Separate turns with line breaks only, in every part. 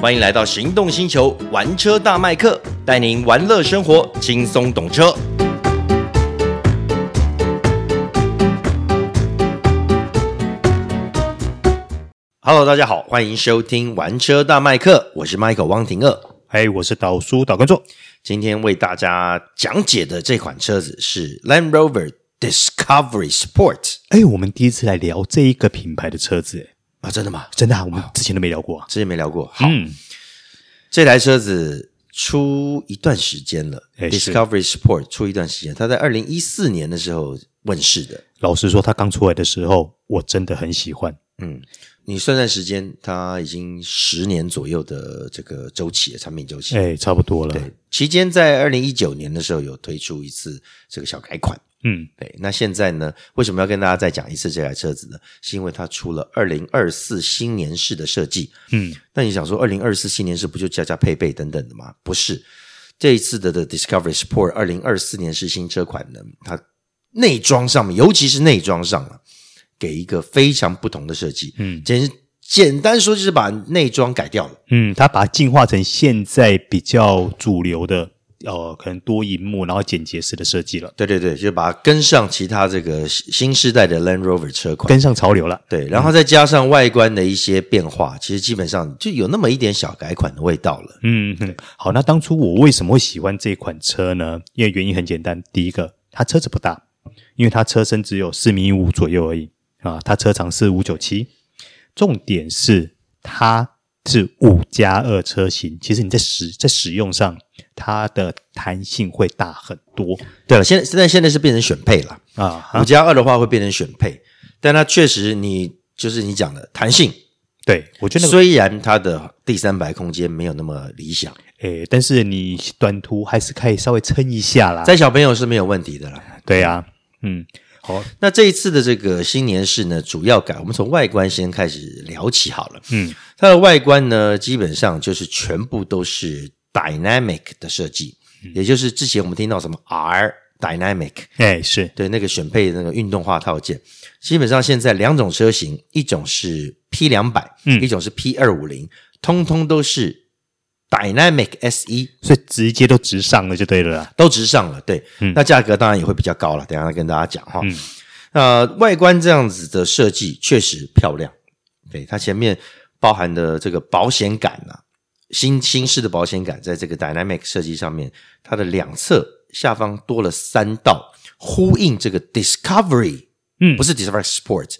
欢迎来到行动星球玩车大麦克，带您玩乐生活，轻松懂车。Hello，大家好，欢迎收听玩车大麦克，我是 Michael 汪廷二。
嘿哎我是导叔导观众。
今天为大家讲解的这款车子是 Land Rover Discovery Sport
哎、我们第一次来聊这一个品牌的车子、哎，
啊，真的吗？
真的、啊，我们之前都没聊过啊。
之前没聊过。好，
嗯
这台车子出一段时间了
哎是
，Discovery Sport 出一段时间，它在二零一四年的时候问世的。
老实说，它刚出来的时候，我真的很喜欢。
嗯，你算算时间，它已经十年左右的这个周期了，产品周期。
哎、差不多了。
对，期间在二零一九年的时候有推出一次这个小改款。
嗯，
对，那现在呢？为什么要跟大家再讲一次这台车子呢？是因为它出了二零二四新年式的设计。
嗯，
那你想说二零二四新年式不就加加配备等等的吗？不是，这一次的的 Discovery Sport 二零二四年式新车款呢，它内装上面，尤其是内装上啊，给一个非常不同的设计。
嗯
简简单说就是把内装改掉了。
嗯，它把它进化成现在比较主流的，呃，可能多荧幕，然后简洁式的设计了，
对对对，就把它跟上其他这个新时代的 Land Rover 车款。
跟上潮流了。
对，然后再加上外观的一些变化，其实基本上就有那么一点小改款的味道了。
嗯，嗯好，那当初我为什么会喜欢这款车呢？因为原因很简单，第一个，它车子不大，因为它车身只有四米五左右而已啊，它车长是五九七，重点是它是五加二车型，其实你在使在使用上，它的弹性会大很多
对呃了，现在现在现在是变成选配了，
啊。
五加二的话会变成选配，但它确实你就是你讲的弹性，
对，我觉得那个，
虽然它的第三排空间没有那么理想，
诶，但是你短途还是可以稍微撑一下啦。
在小朋友是没有问题的啦。
对啊，嗯，好，
那这一次的这个新年式呢，主要改，我们从外观先开始聊起好了。
嗯，
它的外观呢，基本上就是全部都是 dynamic 的设计，
嗯
也就是之前我们听到什么 R dynamic，
诶，是，
对那个选配的那个运动化套件，基本上现在两种车型，一种是 P 两百，
嗯
一种是 P 二五零，通通都是 dynamic E SE
所以直接都直上了就对了啦。
都直上了，对，
嗯
那价格当然也会比较高了，等一下再跟大家讲哈。那外观这样子的设计确实漂亮，对它前面包含的这个保险杆啊，新新式的保险杆在这个 dynamic 设计上面，它的两侧下方多了三道，呼应这个 Discovery，
嗯
不是 Discovery Sport。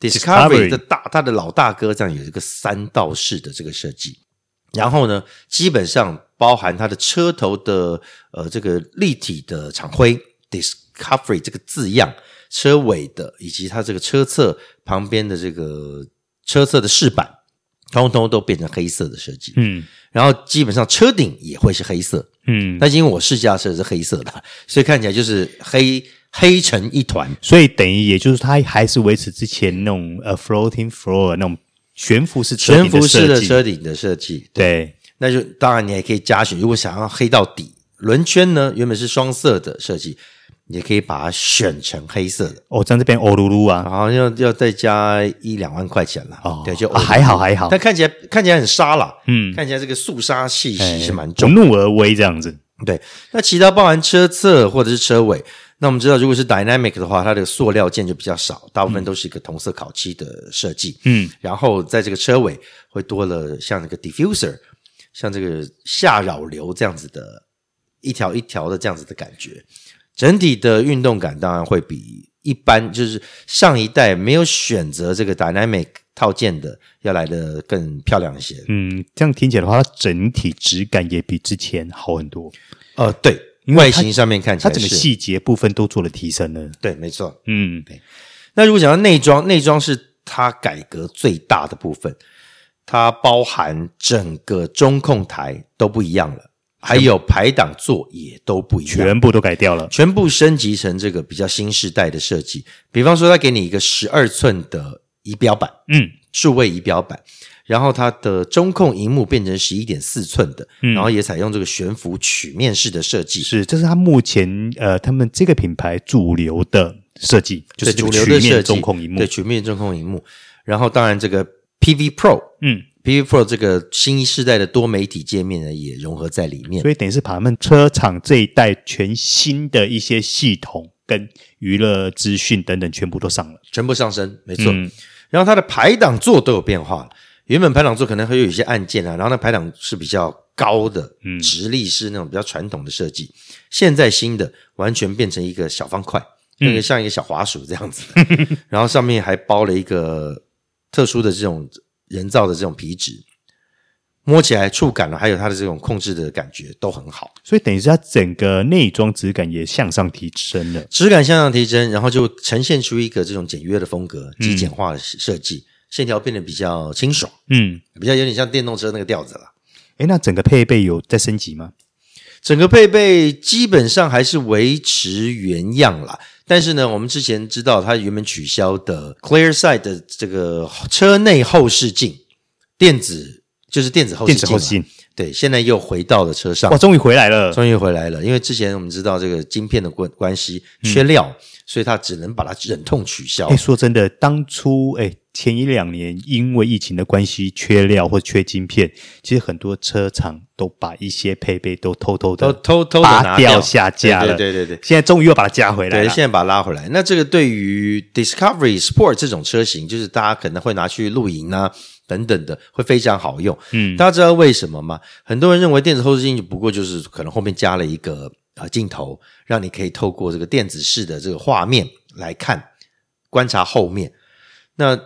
Discovery
Discovery 的大，它的老大哥这样有一个三道式的这个设计，然后呢，基本上包含它的车头的呃这个立体的厂徽 Discovery 这个字样，车尾的以及它这个车侧旁边的这个车侧的饰板，通通都变成黑色的设计。
嗯
然后基本上车顶也会是黑色，
嗯，
但是因为我试驾车是黑色的，所以看起来就是黑黑成一团。
所以等于也就是它还是维持之前那种呃 floating floor 那种悬浮式车
悬
顶的
浮式
设
的
计
车顶的设计，
对，
那就当然你也可以加选，如果想要黑到底，轮圈呢原本是双色的设计，你也可以把它选成黑色的，
哦，像这边欧噜噜啊，
然后要要再加一两万块钱了。
哦，
对，就、
啊还好还好，
但看起来看起来很沙啦，
嗯哎
看起来这个肃杀气息是蛮
不
重。
怒而威这样子，
对，那其他包含车侧或者是车尾，那我们知道，如果是 dynamic 的话，它的塑料件就比较少，大部分都是一个同色烤漆的设计。
嗯，
然后在这个车尾会多了像那个 diffuser，像这个下扰流这样子的一条一条的这样子的感觉，整体的运动感当然会比一般就是上一代没有选择这个 dynamic 套件的要来的更漂亮一些。
嗯，这样听起来的话，它整体质感也比之前好很多，
呃，对，外形上面看起
它
来
整个
是
细节部分都做了提升了，
对，没错。
嗯
那如果讲到内装，内装是它改革最大的部分，它包含整个中控台都不一样了，还有排挡座也都不一样，
全部都改掉了，
全部升级成这个比较新时代的设计。比方说，它给你一个十二寸的仪表板，
嗯
数位仪表板，然后它的中控荧幕变成十一点四寸的，
嗯
然后也采用这个悬浮曲面式的设计。
是，这是它目前呃他们这个品牌主流的设计，就
对
是这
主
个
流
曲
的
面
设计
中控荧幕
对，曲面中控荧幕。然后当然这个 PV Pro，
嗯
P P Pro 这个新一世代的多媒体界面呢，也融合在里面
所。以等于是把他们车厂这一代全新的一些系统跟娱乐资讯等等全部都上了。
全部上升，没错。然后它的排档座都有变化了，原本排档座可能会有一些按键啊，然后那排档是比较高的，嗯，直立式那种比较传统的设计。现在新的完全变成一个小方块，那个像一个小滑鼠这样子，然后上面还包了一个特殊的这种人造的这种皮质。摸起来触感了，啊还有它的这种控制的感觉都很好，
所以等于是它整个内装质感也向上提升了。
质感向上提升，然后就呈现出一个这种简约的风格，极简化的设计，线条变得比较清爽。
嗯，
比较有点像电动车那个调子了。
诶，那整个配备有在升级吗？
整个配备基本上还是维持原样啦，但是呢，我们之前知道它原本取消的 Clear Side 的这个车内后视镜，电子就是电子后视
电
镜嘛，
子后视镜，
对，现在又回到了车上
哇，，终于回来了。
终于回来了。因为之前我们知道这个晶片的关关系缺料，所以它只能把它忍痛取消
哎，。说真的，当初哎前一两年因为疫情的关系，缺料或缺晶片，其实很多车厂都把一些配备都偷偷
都
的
偷偷的拿
拔掉下架了。
对对对对对
现在终于又把它加回来
对，
了
现。在把它拉回来。那这个对于 Discovery Sport 这种车型，就是大家可能会拿去露营啊等等的，会非常好用。
嗯
大家知道为什么吗？很多人认为电子后视镜不过就是可能后面加了一个呃镜头，让你可以透过这个电子式的这个画面来看观察后面。那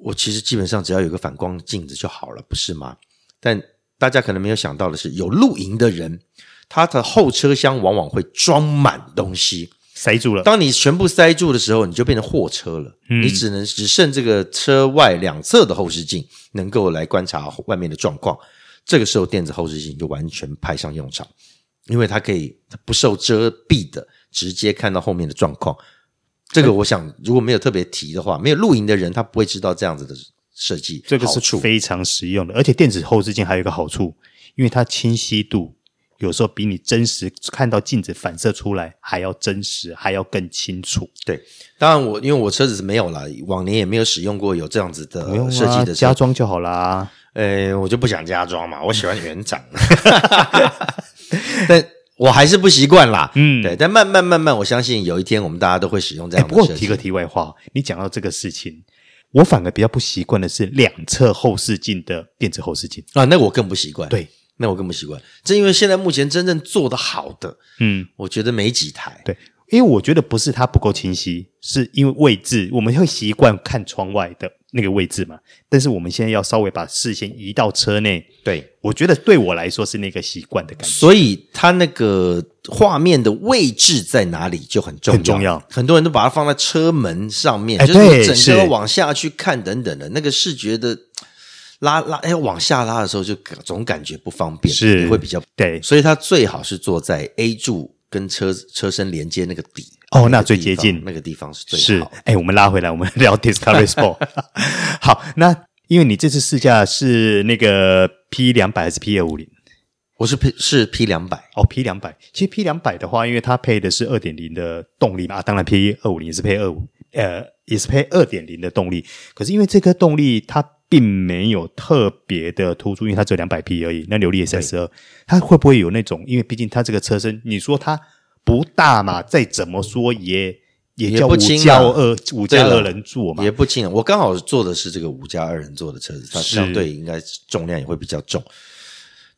我其实基本上只要有个反光镜子就好了，不是吗？但大家可能没有想到的是，有露营的人，他的后车厢往往会装满东西。
塞住了。
当你全部塞住的时候，你就变成货车了，
嗯
你只能只剩这个车外两侧的后视镜能够来观察外面的状况。这个时候，电子后视镜就完全派上用场，因为它可以不受遮蔽的直接看到后面的状况。这个我想，如果没有特别提的话，没有露营的人他不会知道这样子的设计
这个
好
是
处。
非常实用的，而且电子后视镜还有一个好处，因为它清晰度有时候比你真实看到镜子反射出来还要真实，还要更清楚。
对，当然我因为我车子是没有啦，往年也没有使用过有这样子的
不用啊
设计的车
加装就好啦。
呃，我就不想加装嘛，我喜欢原厂， 但我还是不习惯啦。
嗯
对，但慢慢慢慢，我相信有一天我们大家都会使用这
哎，
样
不
的
过
设
提
计。
个题外话，你讲到这个事情，我反而比较不习惯的是两侧后视镜的电子后视镜。
啊，那我更不习惯。
对，
那我更不习惯。正因为现在目前真正做的好的，
嗯，
我觉得没几台。
对，因为我觉得不是它不够清晰，是因为位置我们会习惯看窗外的那个位置嘛，但是我们现在要稍微把视线移到车内。
对，
我觉得对我来说是那个习惯的感觉。
所以它那个画面的位置在哪里就很重要，
很重要
很多人都把它放在车门上面，
哎
就是
对
你整
是
个往下去看等等的那个视觉的拉拉，哎，往下拉的时候就感总感觉不方便，
是
你会比较，
对
所以它最好是坐在 A 柱跟车车身连接那个底
哦
个
那最
地
接
方
近
那个地方是最
是
好的。，
哎，我们拉回来，我们聊 Discovery Sport。好，那因为你这次试驾是那个 P 两百还是 P 二五零？
我是 P 是 P 两百，
哦，P 两百，其实 P 两百的话，因为它配的是二点零的动力嘛，啊当然 P 二五零也是配二五，呃，也是配二点零的动力。可是因为这颗动力它并没有特别的突出，因为它只有两百匹而已，那扭力也三十二，它会不会有那种？因为毕竟它这个车身，你说它不大嘛，再怎么说也也
也
叫
不
五
轻
加
啊
二五
对
加
了
二人座嘛
也，不轻啊。我刚好坐的是这个五加二人座的车子，它
是
相对应该重量也会比较重。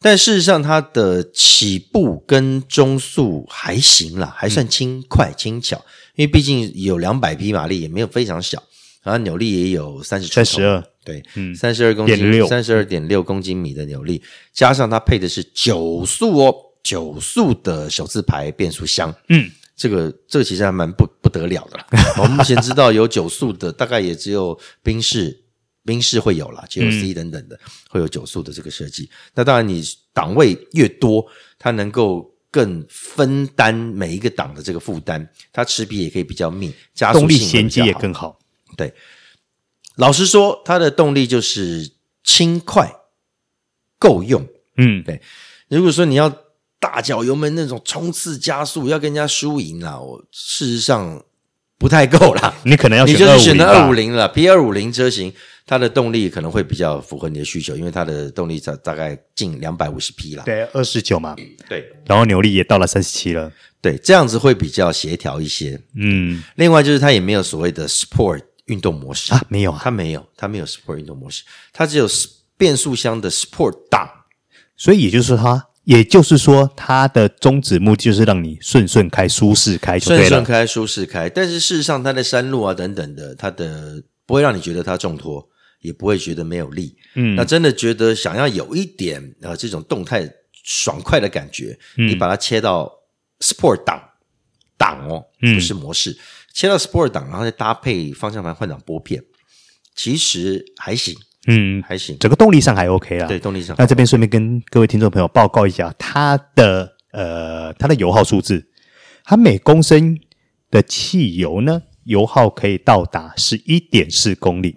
但事实上，它的起步跟中速还行啦，还算轻快轻巧，因为毕竟有两百匹马力，也没有非常小，然后扭力也有三十出
三
头，
十二，
对，
嗯
三十二公
点
斤，
六
三十二点六公斤米的扭力，加上它配的是九速哦，九速的手自排变速箱，
嗯，
这个这个其实还蛮不不得了的 啦。我们目前知道有九速的，大概也只有宾士。宾士会有啦 g l
嗯
c 等等的、会有九速的这个设计。那当然，你档位越多，它能够更分担每一个档的这个负担，它齿比也可以比较密，加速
动力
性会
衔
比
接
较
也
好
更好。
老实说，它的动力就是轻快够用。
嗯，
如果说你要大脚油门那种冲刺加速，要跟人家输赢啦，我事实上不太够啦。
你可能要
你
选
就
二
是
五
选
零
择二五零了，P 二五零车型，它的动力可能会比较符合你的需求，因为它的动力大大概近两百五十匹啦。
对，二十九嘛，
对
然后扭力也到了三十七了，
对，这样子会比较协调一些。
嗯
另外就是它也没有所谓的 sport 运动模式
啊，没有啊，
它没有，它没有 sport 运动模式，它只有 s- 变速箱的 sport down。
所以也就是说它，也就是说它的宗旨目的就是让你顺顺开、舒适开就
顺
对
顺
了。
开、舒适开，但是事实上，它的山路啊等等的，它的不会让你觉得它重拖，也不会觉得没有力。嗯，那真的觉得想要有一点啊、呃这种动态爽快的感觉，
嗯
你把它切到 Sport 档档哦，
嗯
不是模式，切到 Sport 档，然后再搭配方向盘换挡拨片，其实还行，
嗯，
还行。
整个动力上还 OK 啦。
对，，动力上
那这边顺便跟各位听众朋友报告一下，它的呃它的油耗数字，它每公升的汽油呢，油耗可以到达十一点四公里。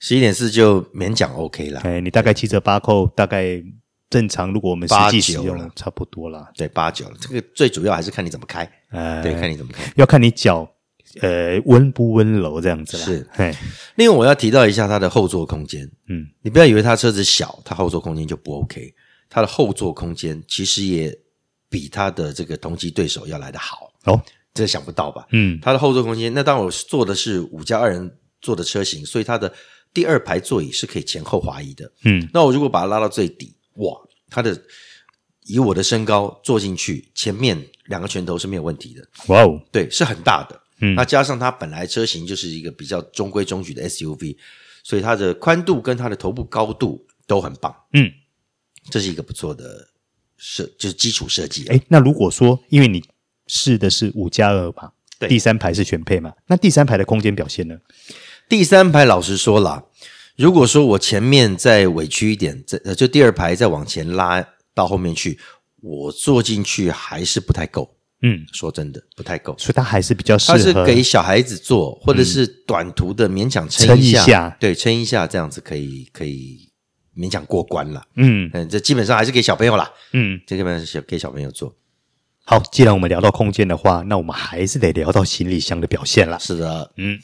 十一点四就勉强 OK 啦，
哎，你大概七折八扣，大概正常，如果我们实际使
八
用
九了，
差不多啦。
对，八九了。这个最主要还是看你怎么开，
哎，
对，看你怎么开。
要看你脚呃温不温柔这样子啦。
是，
哎，
另外，我要提到一下它的后座空间。
嗯，
你不要以为它车子小，它后座空间就不 OK。它的后座空间其实也比它的这个同级对手要来得好，
哦，
这想不到吧？
嗯，
它的后座空间，那当然我坐的是五加二人坐的车型，所以它的第二排座椅是可以前后滑移的。
嗯，
那我如果把它拉到最底，哇，它的以我的身高坐进去，前面两个拳头是没有问题的。
哇哦，
对，是很大的。
嗯
那加上它本来车型就是一个比较中规中矩的 SUV，所以它的宽度跟它的头部高度都很棒。
嗯，
这是一个不错的设，就是基础设计。啊
哎，那如果说因为你试的是五加二嘛，
对
第三排是选配嘛，那第三排的空间表现呢？
第三排老实说啦，如果说我前面再委屈一点，再呃就第二排再往前拉到后面去，我坐进去还是不太够。
嗯，
说真的，不太够。
所以它还是比较适
它是
合嗯
给小孩子坐，或者是短途的勉强
撑
撑
一
一
下
对，撑一下这样子可以可以勉强过关了。
嗯
嗯，这基本上还是给小朋友啦，
嗯。
这个呢是给小朋友做。
好，既然我们聊到空间的话，那我们还是得聊到行李箱的表现啦。
是的，
嗯，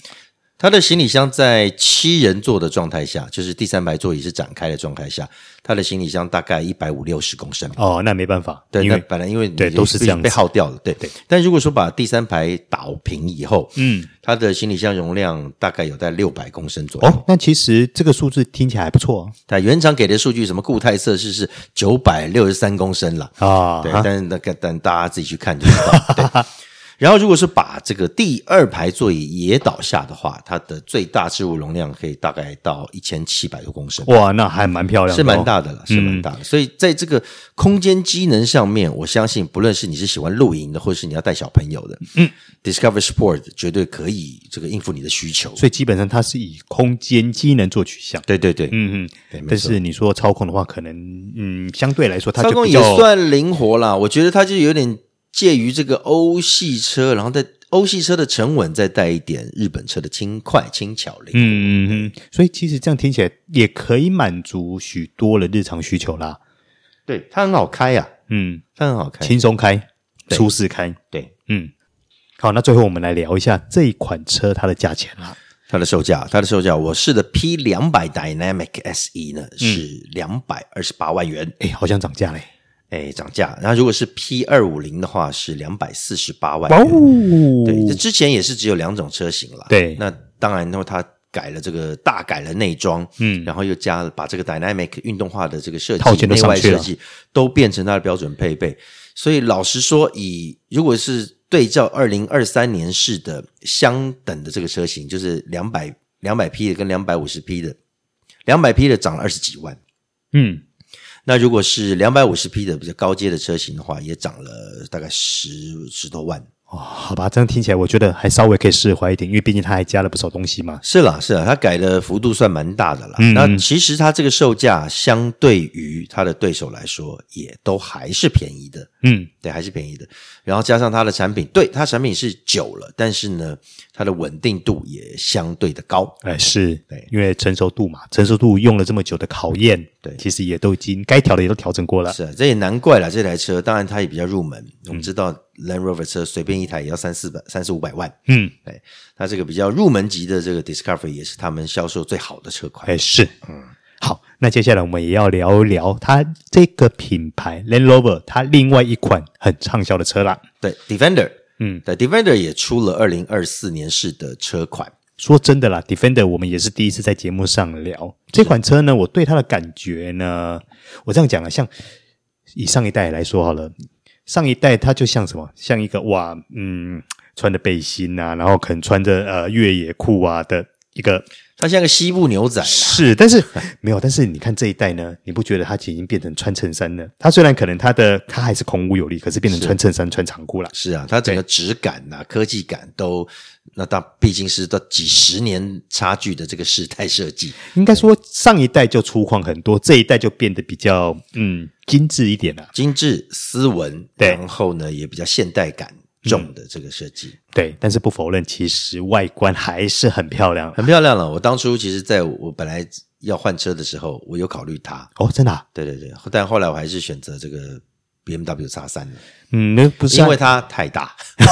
它的行李箱在七人座的状态下，就是第三排座椅是展开的状态下，它的行李箱大概一百五六十公升。
哦，那没办法，
对，
因
那
为
本来因为你
对
已
都是
经
这样子
被耗掉了，对对。但如果说把第三排倒平以后，
嗯，
它的行李箱容量大概有在六百公升左右。
哦，那其实这个数字听起来还不错啊
但原厂给的数据，什么固态测试是九百六十三公升了，
啊。啊
对，
哈
但是那个但大家自己去看就知道。对， 然后如果是把这个第二排座椅也倒下的话，它的最大置物容量可以大概到一千七百多公升，
哇，那还蛮漂亮的
是
哦，
蛮大的了，是蛮大的。所以在这个空间机能上面，我相信不论是你是喜欢露营的，或是你要带小朋友的，嗯，Discover Sport 绝对可以这个应付你的需求。
所以基本上它是以空间机能做取向。
对对对，
嗯
对
嗯，
没
但是你说操控的话，可能嗯相对来说它
操
就
控
比
也
较
算灵活啦，我觉得它就有点介于这个欧系车，然后在欧系车的沉稳，再带一点日本车的轻快、轻巧灵。
嗯嗯嗯，所以其实这样听起来也可以满足许多的日常需求啦。
对，它很好开呀、啊，
嗯，
它很好开。
轻松开，
哎对
舒适开。
对，
嗯，好，那最后我们来聊一下这一款车它的价钱啦。
它的售价，它的售价，我试的 P 两百 Dynamic SE 呢
嗯
是两百二十八万元，
哎，好像涨价嘞！
哎，涨价。然后如果是 P 二五零的话是两百四十八万元。
哦
对，这之前也是只有两种车型啦。
对
那当然，那么它改了这个大改了内装，嗯，然后又加了把这个 dynamic 运动化的这个设计
套件都
内
上
外
去了
设计都变成它的标准配备。所以老实说，以如果是对照二零二三年式的相等的这个车型，就是两百两百匹的跟两百五十匹的，两百匹的涨了二十几万。
嗯，
那如果是两百五十匹的比较高阶的车型的话，也涨了大概十十多万。
哦，好吧，这样听起来我觉得还稍微可以释怀一点，因为毕竟它还加了不少东西嘛。
是啦，是啦，它改的幅度算蛮大的啦。
嗯
那其实它这个售价相对于它的对手来说，也都还是便宜的，
嗯，
对，还是便宜的。然后加上它的产品，对，它产品是久了，但是呢，它的稳定度也相对的高。
哎，是
对
因为成熟度嘛，成熟度用了这么久的考验，
对
其
啊
实也都已经该调的也都调整过了。
是啊，这也难怪啦，这台车当然它也比较入门。我们知道 Land Rover 车随便一台也要三四百、三四五百万。
嗯，
哎，它这个比较入门级的这个 Discovery 也是他们销售最好的车款。
哎是，嗯，好，那接下来我们也要聊一聊它这个品牌 Land Rover 它另外一款很畅销的车啦。
对，Defender，
嗯，
对，Defender 也出了二零二四年式的车款。
说真的啦，Defender 我们也是第一次在节目上聊这款车呢。我对它的感觉呢，我这样讲啊，像以上一代来说好了，上一代它就像什么，像一个哇，嗯，穿着背心啊，然后可能穿着呃越野裤啊的一个
它像个西部牛仔，
是，但是没有，但是你看这一代呢，你不觉得它已经变成穿衬衫了？它虽然可能它的它还是孔武有力，可是变成穿衬衫、穿长裤啦。
是啊，它整个质感呐、科技感都，那它毕竟是到几十年差距的这个世代设计。
应该说上一代就粗犷很多，这一代就变得比较嗯精致一点了、
精致、斯文，
对嗯
然后呢也比较现代感重的这个设计，
对，但是不否认，其实外观还是很漂亮
很漂亮了。我当初其实在我本来要换车的时候，我有考虑它，
哦，真的、啊，
对对对，但后来我还是选择这个 B M W 叉三了，
嗯，那不是啊、
因为它太大，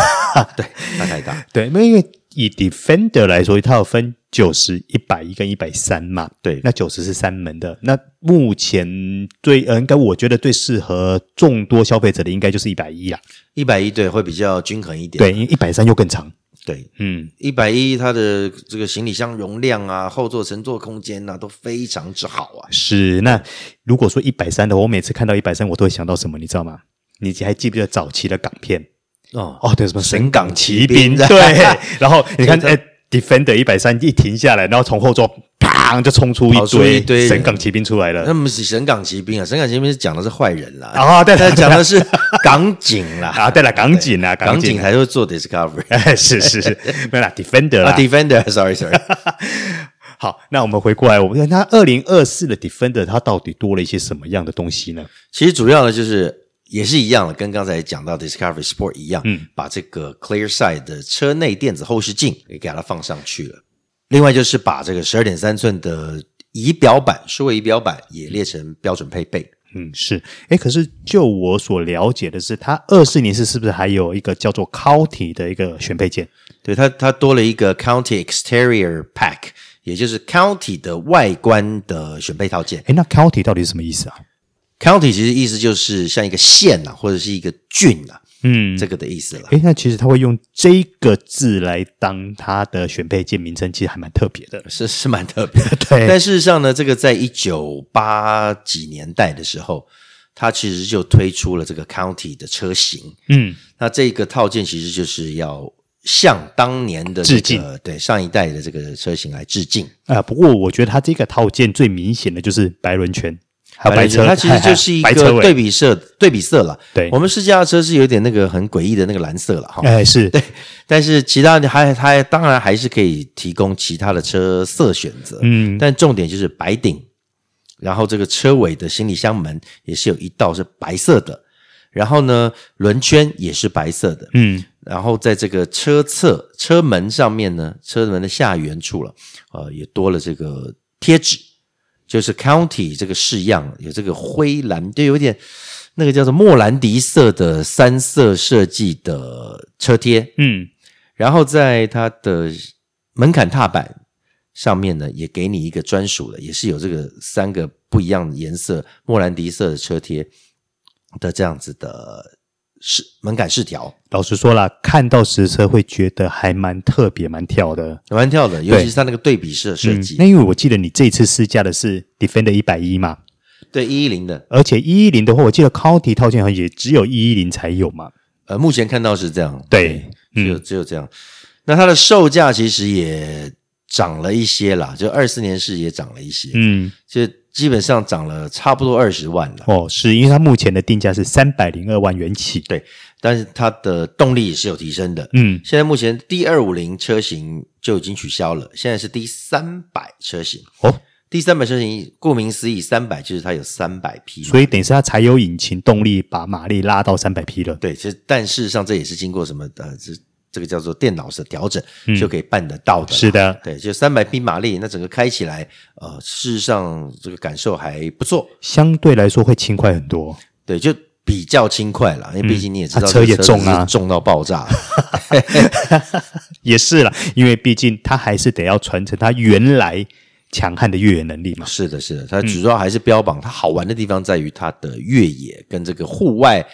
对，它太 大，
对，因为因为以 Defender 来说，它有分九十、一百一跟一百三嘛，
对
那九十是三门的，那目前最呃，应该我觉得最适合众多消费者的应该就是一百一啦，
一百一对会比较均衡一点，
对，因为一百三又更长，
对。
嗯，
一百一，它的这个行李箱容量啊，后座乘坐空间呐、啊，都非常之好啊。
是。那如果说一百三的话，我每次看到一百三，我都会想到什么，你知道吗？你还记不记得早期的港片？
哦，
哦，对，什么神港
神港骑
骑
兵
兵，
的
对，然后你 看，
这
哎，Defender 一百三一停下来，然后从后座砰就冲出一
跑出
堆
一堆人
神港骑兵出来了
他们是神港骑兵啊，神港骑兵是讲的是坏人啦，
啊！对
他
了，
讲的是港警啦，
啊，对了，港警啊，
港警
警，
才会做 Discovery
哎， 是是是，没有啦，Defender
啊
啦。
，Defender，sorry sorry，
好，那我们回过来，我们看它二零二四的 Defender，它到底多了一些什么样的东西呢？
其实主要呢就是也是一样的，跟刚才讲到 Discovery Sport 一样，嗯，把这个 Clear Side 的车内电子后视镜也给它放上去了。另外就是把这个十二点三寸的仪表板，数位仪表板也列成标准配备。
嗯，是，哎，可是就我所了解的是，它二四年是是不是还有一个叫做 County 的一个选配件？
对它，它多了一个 County Exterior Pack，也就是 County 的外观的选配套件。
哎，那 County 到底是什么意思啊？
County 其实意思就是像一个县啊，或者是一个郡啊，
嗯，
这个的意思啦。
诶，那其实他会用这个字来当他的选配件名称，其实还蛮特别的。
是是蛮特别的。
对
但事实上呢，这个在一九八几年代的时候，它其实就推出了这个 County 的车型。
嗯，
那这个套件其实就是要向当年的、这个、
致敬，
对上一代的这个车型来致敬。
啊，不过我觉得他这个套件最明显的就是白轮圈，还有白车，
它其实就是一
白车
个对
尾。
比色，对比色了。
对
我们试驾的车是有点那个很诡异的那个蓝色了哈。
哎，是
对，但是其他的还它当然还是可以提供其他的车色选择，
嗯
但重点就是白顶，然后这个车尾的行李箱门也是有一道是白色的，然后呢轮圈也是白色的，
嗯，
然后在这个车侧车门上面呢，车门的下缘处了，呃，也多了这个贴纸，就是 County 这个式样，有这个灰蓝，就有点那个叫做莫兰迪色的三色设计的车贴。
嗯，
然后在它的门槛踏板上面呢，也给你一个专属的，也是有这个三个不一样的颜色莫兰迪色的车贴的这样子的饰门槛饰条。
老实说啦，看到实车会觉得还蛮特别、蛮跳的。
蛮跳的，尤其是它那个对比式的设
嗯
计，，
那因为我记得你这一次试驾的是 Defender 一百一嘛，
对一一零的，
而且一一零的话，我记得 County 套件好像也只有一一零才有嘛。
呃，目前看到是这样，
对，嗯
只有、只有这样。那它的售价其实也涨了一些啦，就二四年是也涨了一些，
嗯，
就基本上涨了差不多二十万了。
哦，是因为它目前的定价是三百零二万元起。
对，但是它的动力也是有提升的。
嗯，
现在目前 D 二五零车型就已经取消了，现在是 D 三百车型。
哦，
D 三百车型顾名思义，三百就是它有三百匹嘛，
所以等于是它柴油引擎动力把马力拉到三百匹了。
对，其实但事实上这也是经过什么呃，这这个叫做电脑的调整、就可以办得到的。
嗯是，的，
对，就三百匹马力，那整个开起来，呃，事实上这个感受还不错。
相对来说会轻快很多。
对，就比较轻快啦，因为毕竟你也知道
啊
这个
车也
子
重啊
是重到爆炸。
也是啦，因为毕竟他还是得要传承他原来强悍的越野能力嘛。
是的，是的，
嗯
它主要还是标榜它好玩的地方在于它的越野跟这个户外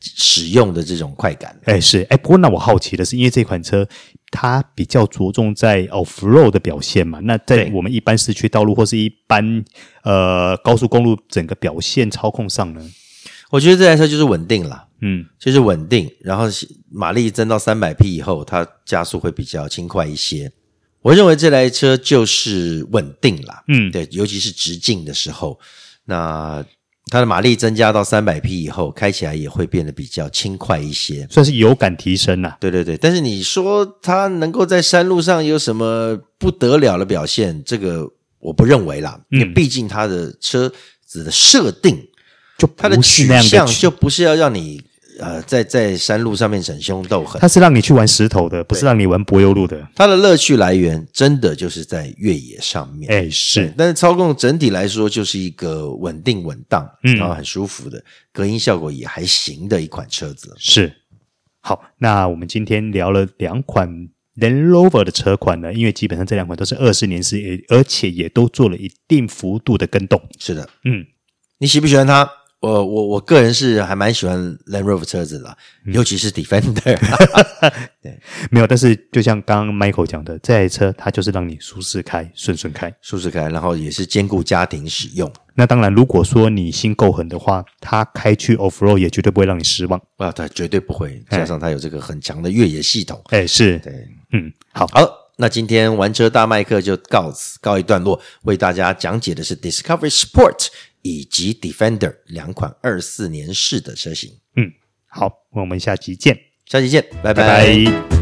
使用的这种快感。
哎，是哎，不过那我好奇的是，因为这款车它比较着重在 off road 的表现嘛，那在
对
我们一般市区道路或是一般呃高速公路整个表现操控上呢，
我觉得这台车就是稳定啦，
嗯，
就是稳定，然后马力增到三百匹以后，它加速会比较轻快一些。我认为这台车就是稳定啦，
嗯
对，尤其是直径的时候，那它的马力增加到三百匹以后，开起来也会变得比较轻快一些。
算是有感提升啦。
对对对，但是你说它能够在山路上有什么不得了的表现，这个我不认为啦，因为
嗯
毕竟它的车子的设定，
就
它的
不是
取
那样的
向就不是要让你呃在在山路上面逞凶斗狠，
它是让你去玩石头的，不是让你玩柏油路的。
它的乐趣来源真的就是在越野上面。
哎，是
对，但是操控整体来说就是一个稳定稳当，
嗯
然后很舒服的隔音效果也还行的一款车子。
是。好，那我们今天聊了两款 Land Rover 的车款呢，因为基本上这两款都是二十年时，也而且也都做了一定幅度的跟动。
是的，
嗯，
你喜不喜欢它？我我我个人是还蛮喜欢 Land Rover 车子的，尤其是 Defender。
没有，但是就像刚刚 Michael 讲的，这台车它就是让你舒适开、顺顺开。
舒适开，然后也是兼顾家庭使用
那当然，如果说你心够狠的话，它开去 Off Road 也绝对不会让你失望。
啊，它绝对不会。
哎
加上它有这个很强的越野系统。
哎，是，
对，
嗯，好，
好了，那今天玩车大麦克就告此告一段落，为大家讲解的是 Discovery Sport 以及 Defender 两款二四年式的车型。
嗯，好，我们下期见，
下期见，拜
拜拜